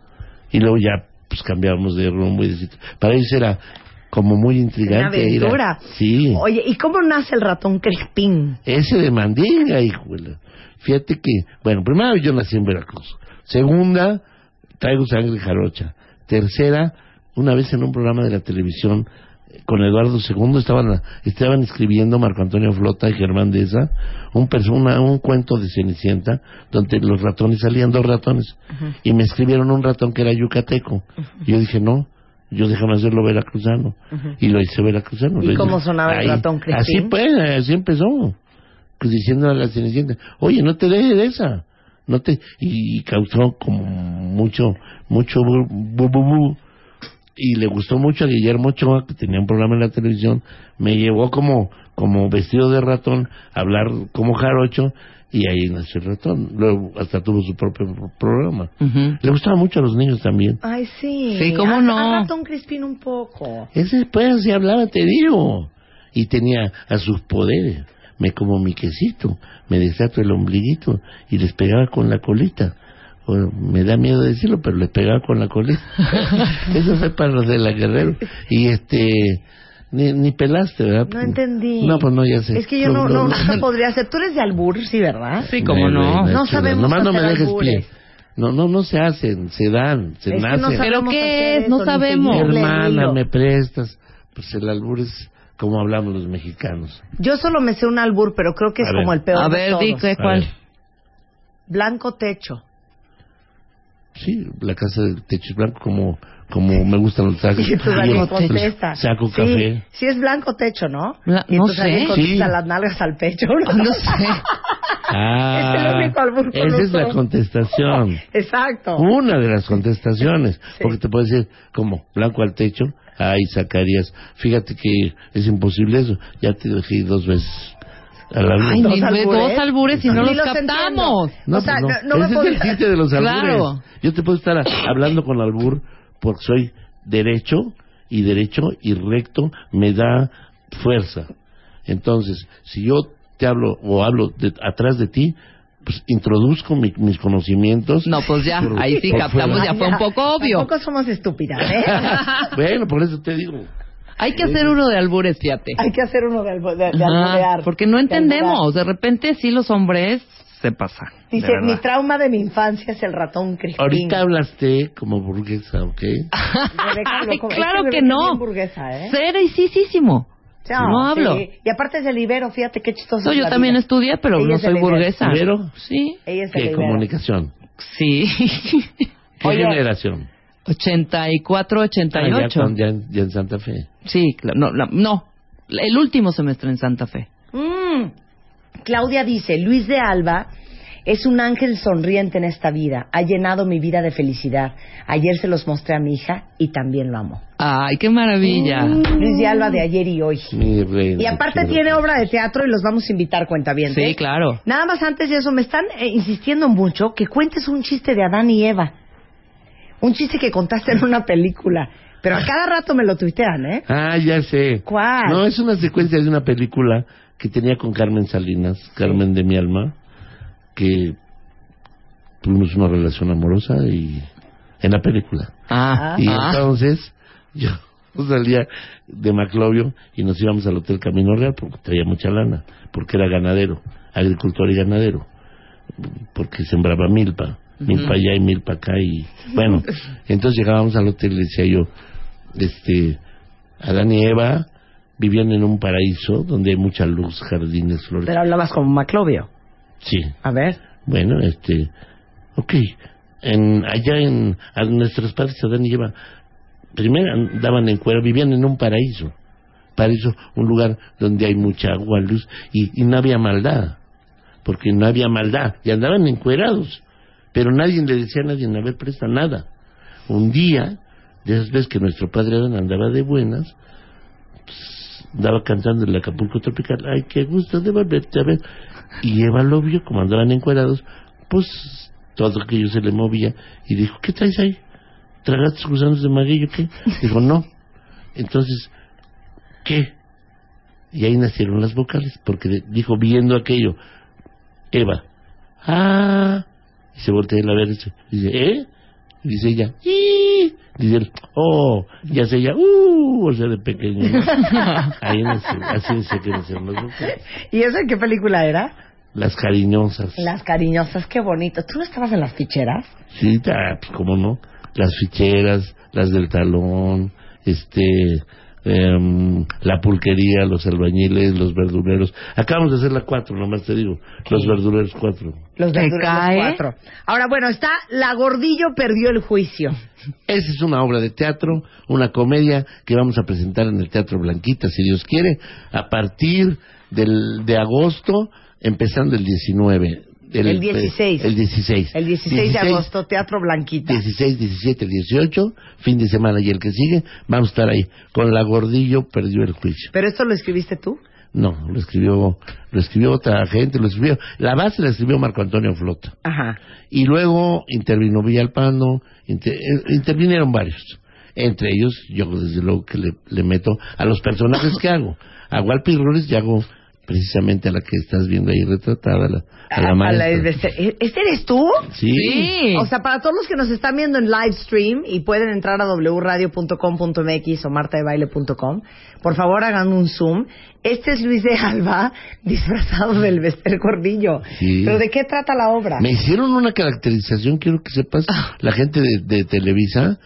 S5: Y luego ya, pues cambiábamos de rumbo y de sitio. Para ellos era como muy intrigante. ir a-
S3: aventura.
S5: sí.
S3: Oye, ¿y cómo nace el ratón Crespín?
S5: Ese de Mandinga, hijuela. Fíjate que, bueno, primero yo nací en Veracruz. Segunda, traigo sangre jarocha. Tercera, una vez en un programa de la televisión eh, con Eduardo II estaban, estaban escribiendo Marco Antonio Flota y Germán Deza un, persona, un cuento de Cenicienta donde los ratones salían, dos ratones, y me escribieron un ratón que era yucateco. Y yo dije, no, yo déjame hacerlo veracruzano. Y lo hice veracruzano.
S3: ¿Y
S5: Lo hice-
S3: cómo sonaba el ratón, Crispín?
S5: Así pues, así empezó pues, diciendo a la Cenicienta, oye, no te dejes de esa. No te... Y causó como mucho, mucho bu, bu- bu- bu. Y le gustó mucho a Guillermo Ochoa, que tenía un programa en la televisión. Me llevó como, como vestido de ratón a hablar como jarocho. Y ahí nació el ratón. Luego hasta tuvo su propio pro- programa.
S2: Ujú.
S5: Le gustaba mucho a los niños también.
S3: Ay, sí.
S2: Sí, ¿cómo
S3: Haz-
S2: no?
S3: haz ratón Crespín un poco.
S5: Ese pues se hablaba, te digo. Y tenía a sus poderes. Me como mi quesito, me desato el ombliguito y les pegaba con la colita. Bueno, me da miedo decirlo, pero les pegaba con la colita. Eso fue para los de la Guerrero. Y este, ni, ni pelaste, ¿verdad?
S3: No entendí.
S5: No, pues no, ya sé.
S3: Es que yo no, no, nunca podría ser. Tú eres de albur, sí, ¿verdad?
S2: Sí, cómo no.
S3: No
S5: chula.
S3: sabemos
S5: Nomás no me
S3: hacer
S5: dejes
S3: albures.
S5: pie. No, no, no se hacen, se dan, se
S3: Es que
S5: nacen.
S3: no sabemos
S2: ¿Pero qué
S3: hacer
S2: es? No
S3: eso, ni
S2: sabemos.
S3: seguirle el
S5: Hermana,
S3: hilo.
S5: me prestas. Pues el albur es como hablamos los mexicanos.
S3: Yo solo me sé un albur, pero creo que es
S5: A ver.
S3: como el peor
S2: A
S3: de
S2: ver,
S3: todos.
S2: Dick, ¿de
S5: A
S2: cuál?
S5: ver.
S3: Blanco techo.
S5: Sí, la casa del techo es blanco, como, como me gustan los tacos.
S3: Y tú
S5: el-
S3: alguien contesta.
S5: el Saco
S3: sí,
S5: café.
S3: Sí, es blanco techo, ¿no?
S2: Bla-
S3: y
S2: no
S3: entonces
S2: sé.
S3: alguien contesta
S5: Sí.
S3: las nalgas al pecho.
S2: No sé.
S5: Ah,
S3: es el único albur
S5: Esa es la
S3: correcto.
S5: contestación.
S3: Exacto.
S5: Una de las contestaciones.
S3: Sí.
S5: Porque te puede decir, como, blanco al techo, ahí sacarías. Fíjate que es imposible eso. Ya te dejé dos veces a la luz.
S2: Ay,
S3: Dos
S2: ni ve-
S3: albures.
S2: dos albures y no
S3: Ni
S2: los
S3: los entiendo.
S2: captamos.
S5: No,
S3: o sea,
S5: pues
S3: no- no me
S5: Ese es
S3: podría-
S5: el chiste de los albures.
S2: Claro.
S5: Yo te puedo estar a- hablando con albur porque soy derecho y derecho y recto me da fuerza. Entonces, si yo te hablo o hablo de- atrás de ti, pues introduzco mi- mis conocimientos.
S2: No, pues ya,
S5: Por-
S2: ahí sí
S5: por
S2: captamos,
S5: fuera.
S2: ya fue un poco obvio.
S3: Tampoco somos estúpidas, ¿eh?
S5: bueno, por eso te digo.
S2: Hay que hacer uno de albures, fíjate.
S3: Hay que hacer uno de, albo- de- de
S2: Ajá,
S3: alborear.
S2: porque no
S3: De alborear.
S2: entendemos. De repente sí los hombres se pasan. de
S3: Dice,
S2: verdad.
S3: mi trauma de mi infancia es el ratón Crispín.
S5: Ahorita hablaste como burguesa, ¿ok?
S3: Rebeca
S2: Ay,
S3: loco-
S2: claro que
S3: Esta Rebeca es
S2: no.
S3: bien burguesa, ¿eh?
S2: Sericisísimo.
S3: No,
S2: No hablo.
S3: sí. Y aparte es el Ibero, fíjate qué chistoso.
S2: No,
S3: es
S2: yo
S3: la
S2: también
S3: vida.
S2: estudié, pero
S3: Ella
S2: no
S3: es de
S2: soy
S3: la
S2: burguesa.
S5: ¿Ibero?
S2: Sí.
S3: Ella es el
S5: ¿Qué
S3: Ibero.
S5: comunicación?
S2: Sí.
S5: ¿Qué
S3: Oye.
S5: generación?
S2: 84,
S5: Allá
S2: 88.
S5: con- ya en- ya en Santa Fe.
S2: Sí, claro. No, la- no, el último semestre en Santa Fe.
S3: Mm. Claudia dice, Luis de Alba es un ángel sonriente en esta vida. Ha llenado mi vida de felicidad. Ayer se los mostré a mi hija y también lo amo.
S2: Ay, qué maravilla.
S3: Luis de Alba de ayer y hoy.
S5: Mi reina,
S3: Y aparte
S5: qué
S3: tiene obra de teatro y los vamos a invitar, cuenta bien.
S2: Sí, claro.
S3: Nada más antes de eso, me están eh, insistiendo mucho que cuentes un chiste de Adán y Eva. Un chiste que contaste en una película. Pero a cada rato me lo tuitean, ¿eh?
S5: Ah, ya sé.
S3: ¿Cuál?
S5: No, es una secuencia de una película que tenía con Carmen Salinas, Carmen de mi alma, que tuvimos una relación amorosa y en la película.
S2: Ah,
S5: y
S2: ah.
S5: entonces yo salía de Maclovio y nos íbamos al Hotel Camino Real porque traía mucha lana, porque era ganadero, agricultor y ganadero, porque sembraba milpa, milpa allá y milpa acá y bueno, entonces llegábamos al hotel y le decía yo, este, Adán y Eva vivían en un paraíso donde hay mucha luz, jardines, flores.
S3: Pero hablabas como Maclovio.
S5: Sí,
S3: A ver.
S5: bueno, este, ok, en, allá en a nuestros padres Adán y Eva, primero andaban en cuero, vivían en un paraíso, paraíso, un lugar donde hay mucha agua, luz y, y no había maldad, porque no había maldad y andaban encuerados, pero nadie le decía a nadie, a ver, presta nada. Un día, de esas veces que nuestro padre Adán andaba de buenas, pues, andaba cantando en el Acapulco Tropical, ay, qué gusto de volverte a ver. Y Eva lo vio, como andaban encuadrados, pues todo aquello se le movía y dijo, ¿qué traes ahí? ¿Tragaste gusanos de maguey o qué? Dijo, no. Entonces, ¿qué? Y ahí nacieron las vocales, porque de- dijo, viendo aquello, Eva, ah, y se voltea él a ver, dice, ¿eh? Y dice ella, ¡y! Dice él, ¡oh! Y hace ella, ¡uh! O sea, de pequeño. ¿no? Ahí nació, así se que nacieron las vocales.
S3: ¿Y eso en qué película era?
S5: Las cariñosas.
S3: Las cariñosas, qué bonito. ¿Tú no estabas en las ficheras?
S5: Sí, ta- pues, cómo no. Las ficheras, las del talón, este, em, la pulquería, los albañiles, los verduleros. Acabamos de hacer la cuatro, nomás te digo. Los verduleros cuatro.
S3: Los
S2: ¿Te
S3: verdureros
S2: cae?
S3: cuatro. Ahora, bueno, está La Gordillo perdió el juicio.
S5: Esa es una obra de teatro, una comedia que vamos a presentar en el Teatro Blanquita, si Dios quiere, a partir del, de agosto, empezando el 19.
S3: El 16.
S5: El 16.
S3: El 16, de agosto, Teatro Blanquita.
S5: 16, 17, 18, fin de semana y el que sigue, vamos a estar ahí. Con la gordillo perdió el juicio.
S3: ¿Pero esto lo escribiste tú?
S5: No, lo escribió, lo escribió otra gente, lo escribió, la base la escribió Marco Antonio Flota.
S3: Ajá.
S5: Y luego intervino Villalpando, inter- eh, intervinieron varios. Entre ellos, yo desde luego que le, le meto a los personajes que hago. A Walpi Rules y hago precisamente a la que estás viendo ahí retratada, a la, a la
S3: Ah,
S5: maestra.
S3: es de este- ¿Este eres tú?
S5: Sí.
S2: Sí.
S3: O sea, para todos los que nos están viendo en live stream y pueden entrar a wradio.com.mx o martadebaile.com, por favor hagan un zoom. Este es Luis de Alba disfrazado del Vesper Gordillo.
S5: Sí.
S3: ¿Pero de qué trata la obra?
S5: Me hicieron una caracterización, quiero que sepas,
S2: Ah.
S5: la gente de, de Televisa,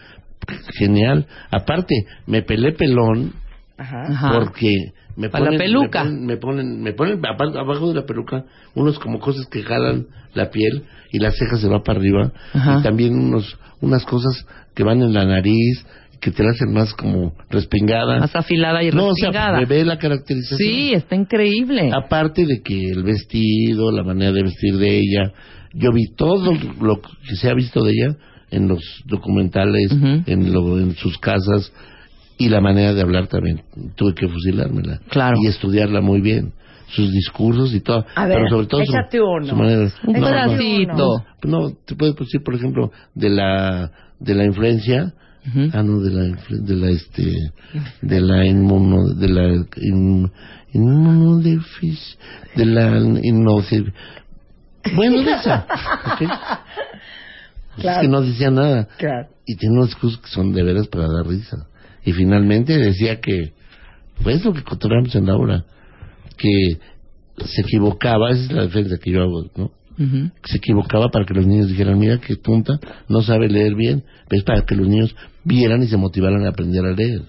S5: genial. Aparte, me pelé pelón
S3: Ajá.
S2: Ajá.
S5: porque me
S2: Ah. Para la
S5: ponen,
S2: peluca.
S5: me ponen, me ponen, me ponen apa- abajo de la peluca unos como cosas que jalan la piel y las cejas se va para arriba
S2: Ajá.
S5: y también unos unas cosas que van en la nariz que te la hacen más como respingada.
S2: Más afilada y
S5: no, o sea,
S2: respingada.
S5: me ve la caracterización.
S2: sí, está increíble.
S5: Aparte de que el vestido, la manera de vestir de ella, yo vi todo lo que se ha visto de ella en los documentales,
S2: Ujú.
S5: en, lo, en sus casas y la manera de hablar también. Tuve que fusilármela
S2: Claro.
S5: y estudiarla muy bien, sus discursos y todo,
S3: A ver,
S5: pero sobre todo su,
S3: échate uno.
S5: su manera. de-
S2: Un
S5: No, no, no.
S2: pedacito.
S5: No, no, te puedes decir, por ejemplo, de la de la influencia,
S2: Ujú.
S5: ah no, de la influ- de la este de la inmuno de la in, inmunodefis- de la innoce- bueno, de esa. ¿ok?
S3: Claro.
S5: Es que no decía nada
S3: Claro.
S5: y tiene unos discursos que son de veras para dar risa. Y finalmente decía que, pues lo que encontramos en la obra, que se equivocaba, esa es la defensa que yo hago, ¿no?
S2: Ujú.
S5: Se equivocaba para que los niños dijeran, mira qué tonta, no sabe leer bien, pues para que los niños vieran y se motivaran a aprender a leer.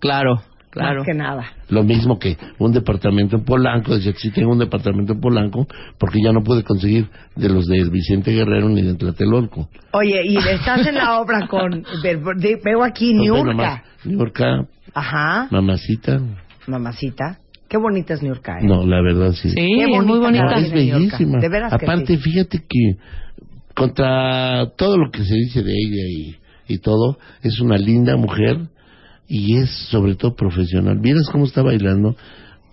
S2: Claro, claro.
S3: Más que nada.
S5: Lo mismo que un departamento en Polanco, decía que sí tengo un departamento en Polanco, porque ya no pude conseguir de los de Vicente Guerrero ni de Tlatelolco.
S3: Oye, y estás en la obra con. de- de- veo aquí
S5: Entonces, nomás,
S3: Niurka.
S5: Niurka,
S3: Ajá,
S5: mamacita,
S3: mamacita. Qué bonita es Niurka. ¿eh?
S5: No, la verdad sí.
S2: Sí,
S3: Qué
S2: es
S3: bonita
S2: muy
S5: No,
S2: bonita.
S3: cara
S5: es
S3: de Niurka.
S5: bellísima.
S3: De veras que
S5: Aparte,
S3: sí.
S5: fíjate que contra todo lo que se dice de ella y, y todo, es una linda mujer y es sobre todo profesional. Vieras cómo está bailando,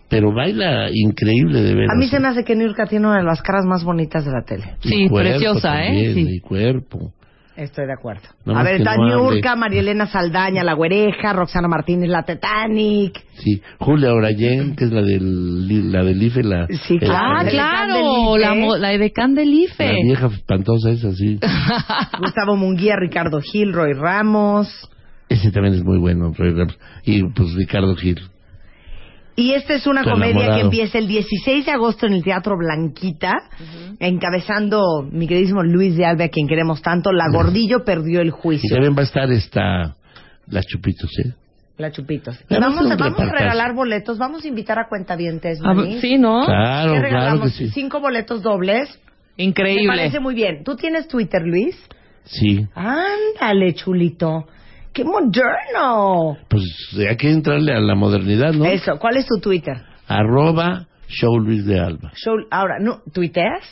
S5: pero baila increíble de veras.
S3: A mí se me hace que Niurka tiene una de las caras más bonitas de la tele.
S5: Y
S2: Sí,
S5: cuerpo
S2: preciosa, ¿eh?
S5: también,
S2: Sí.
S5: Y cuerpo.
S3: Estoy de acuerdo.
S5: Nada
S3: a
S5: más
S3: ver,
S5: que
S3: está
S5: no hable.
S3: Niurka, Marielena Saldaña, La Güereja, Roxana Martínez, La Titanic.
S5: Sí, Julia Orayen, que es la del, la del IFE, la,
S3: Sí,
S5: eh,
S2: Ah,
S3: La
S2: claro,
S3: edecán del
S2: la,
S3: IFE.
S2: mo- la edecán del
S5: la
S2: IFE.
S5: vieja espantosa es así.
S3: Gustavo Munguía, Ricardo Gil, Roy Ramos.
S5: Ese también es muy bueno, Roy Ramos. Y pues Ricardo Gil.
S3: Y esta es una
S5: Tu
S3: comedia
S5: enamorado.
S3: que empieza el 16 de agosto en el Teatro Blanquita, encabezando mi queridísimo Luis de Alba, a quien queremos tanto. La Gordillo perdió el
S5: Y
S3: juicio.
S5: también va a estar esta las chupitos, ¿eh?
S3: La Chupitos.
S5: Pero es
S3: Vamos, a,
S5: un
S3: vamos a
S5: repartazo.
S3: regalar boletos, vamos a invitar a cuentavientes.
S2: Ah,
S3: Mani.
S2: sí, ¿no?
S5: Claro,
S3: ¿Qué
S5: claro que
S3: regalamos?
S5: sí.
S3: Cinco boletos dobles. Me
S2: Increíble.
S3: parece muy bien. ¿Tú tienes Twitter, Luis?
S5: Sí.
S3: Ándale, chulito. ¡Qué moderno!
S5: Pues eh, hay que entrarle a la modernidad, ¿no?
S3: Eso, ¿cuál es tu Twitter?
S5: Arroba show Luis de Alba.
S3: Show- ahora, ¿no? ¿Tuiteas?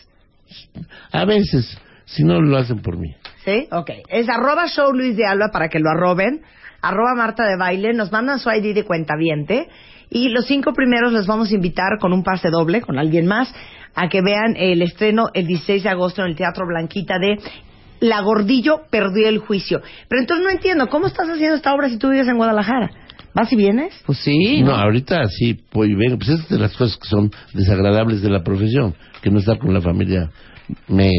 S5: A veces, si no lo hacen por mí.
S3: ¿Sí? Ok. Es arroba show Luis de Alba para que lo arroben. Arroba Marta de Baile. Nos mandan su ID de cuenta viente. Y los cinco primeros los vamos a invitar con un pase doble, con alguien más, a que vean el estreno el 16 de agosto en el Teatro Blanquita de La Gordillo perdió el juicio. Pero entonces no entiendo, ¿cómo estás haciendo esta obra si tú vives en Guadalajara? ¿Vas y vienes?
S2: Pues sí.
S5: no, ahorita sí, pues venga, pues es de las cosas que son desagradables de la profesión, que no estar con la familia me,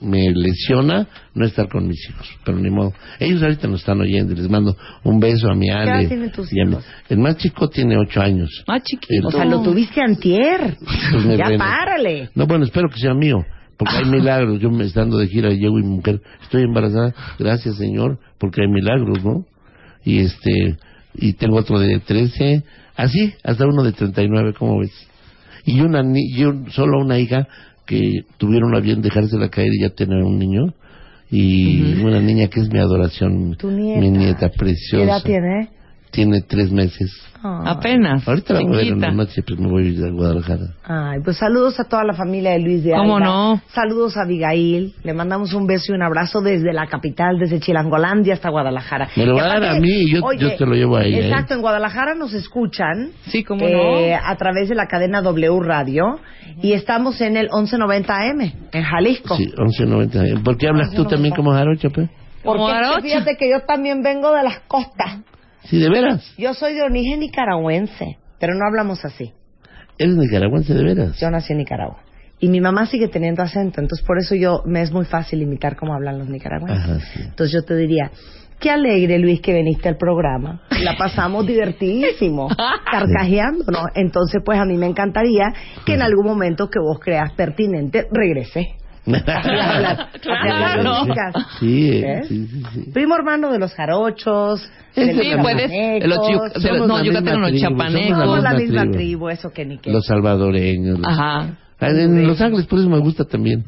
S5: me lesiona no estar con mis hijos, pero ni modo. Ellos ahorita nos están oyendo, y les mando un beso a mi Ale.
S3: edad tienen tus
S5: y a mi-
S3: hijos?
S5: El más chico tiene ocho años.
S2: Ah, chiquito.
S3: O sea, lo tuviste antier.
S5: Pues me
S3: ya
S5: ven-
S3: párale.
S5: No, bueno, espero que sea mío, porque hay milagros. Yo me estando de gira, llego y mi mujer, estoy embarazada, gracias Señor, porque hay milagros, ¿no? Y este, y tengo otro de 13, así, hasta uno de 39, ¿cómo ves? Y una ni- y un- solo una hija que tuvieron a bien dejársela caer y ya tener un niño. Y una niña que es mi adoración,
S3: Tu nieta.
S5: mi nieta
S3: ¿Qué
S5: preciosa.
S3: edad tiene?
S5: Tiene tres meses.
S3: Ah.
S2: Apenas.
S5: Ahorita la voy a ver en
S2: chiquita.
S5: la noche, pues me voy a Guadalajara.
S3: Ay, pues saludos a toda la familia de Luis de
S2: ¿Cómo
S3: Alba.
S2: no?
S3: Saludos a Abigail. Le mandamos un beso y un abrazo desde la capital, desde Chilangolandia hasta Guadalajara.
S5: Me
S3: Y
S5: lo va a dar
S3: aparte,
S5: a mí y yo- yo te lo llevo a ella, ¿eh?
S3: Exacto, en Guadalajara nos escuchan.
S2: Sí, ¿cómo
S3: eh, A través de la cadena W Radio. Y estamos en el 1190 AM, en Jalisco.
S5: Sí, 11.90. ¿Por qué hablas tú también como jarocho, pues?
S2: Como
S3: Porque es que
S2: Arocha.
S3: fíjate que yo también vengo de las costas.
S5: Sí, de veras.
S3: Yo soy de origen nicaragüense, pero no hablamos así.
S5: Eres nicaragüense, de veras.
S3: Yo nací en Nicaragua. Y mi mamá sigue teniendo acento, entonces por eso yo me es muy fácil imitar cómo hablan los nicaragüenses.
S5: Ajá, sí.
S3: Entonces yo te diría, qué alegre Luis que viniste al programa. La pasamos divertidísimo, carcajeándonos. Entonces pues a mí me encantaría que en algún momento que vos creas pertinente regrese. hablas. Claro.
S5: Sí, eh,
S3: ¿Eh?
S5: sí, sí, sí.
S3: Primo hermano de los jarochos,
S5: Sí,
S3: de los
S2: Sí, puedes.
S3: chapanecos,
S2: Los chiu- de los-
S5: somos
S2: no,
S5: la
S2: yucateros,
S5: misma
S2: no,
S5: tribu,
S2: chapanecos.
S3: somos la
S5: la
S3: misma
S5: tribu.
S3: tribu, eso que ni qué.
S5: Los salvadoreños. los-
S2: Ajá.
S5: Ah, En Los Ángeles, por eso me gusta también.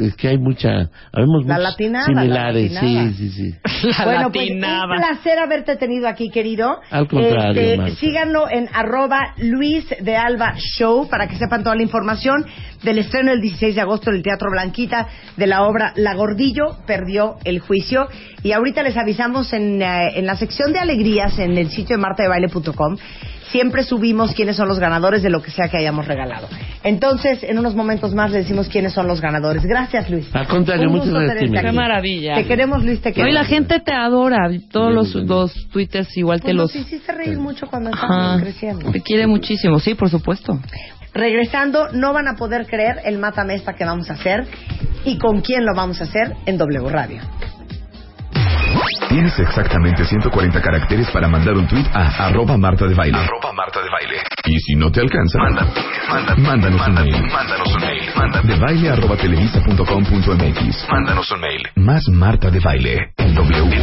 S5: es que hay mucha, habemos
S3: La
S5: muchos
S3: latinada,
S5: similares,
S3: la latinada.
S5: sí, sí, sí.
S2: La
S3: bueno,
S2: latinaba.
S3: pues un placer haberte tenido aquí, querido.
S5: Al contrario, Marta.
S3: síganlo en arroba Luis de Alba Show para que sepan toda la información del estreno el 16 de agosto del Teatro Blanquita de la obra La Gordillo perdió el juicio. Y ahorita les avisamos en, eh, en la sección de alegrías en el sitio de martadebaile.com. Siempre subimos quiénes son los ganadores de lo que sea que hayamos regalado. Entonces, en unos momentos más le decimos quiénes son los ganadores. Gracias, Luis.
S5: Al contrario,
S3: Un
S5: muchas
S3: gusto
S5: gracias,
S3: tenerte
S5: Timmy.
S3: aquí.
S2: Qué maravilla.
S3: Te queremos, Luis,
S2: No,
S3: te
S2: y
S3: queremos.
S2: la gente te adora. Todos los, los twitters igual
S3: Pues
S2: te los...
S3: nos hiciste reír mucho cuando estábamos
S2: Ajá.
S3: creciendo.
S2: Te quiere muchísimo, sí, por supuesto.
S3: Regresando, no van a poder creer el matamesta que vamos a hacer y con quién lo vamos a hacer en W Radio.
S1: Tienes exactamente 140 caracteres para mandar un tweet a arroba Marta de Baile. Y si no te alcanza, mándanos, un mail. De baile arroba televisa.com.mx.
S6: Mándanos un mail.
S1: Más Marta de Baile en W.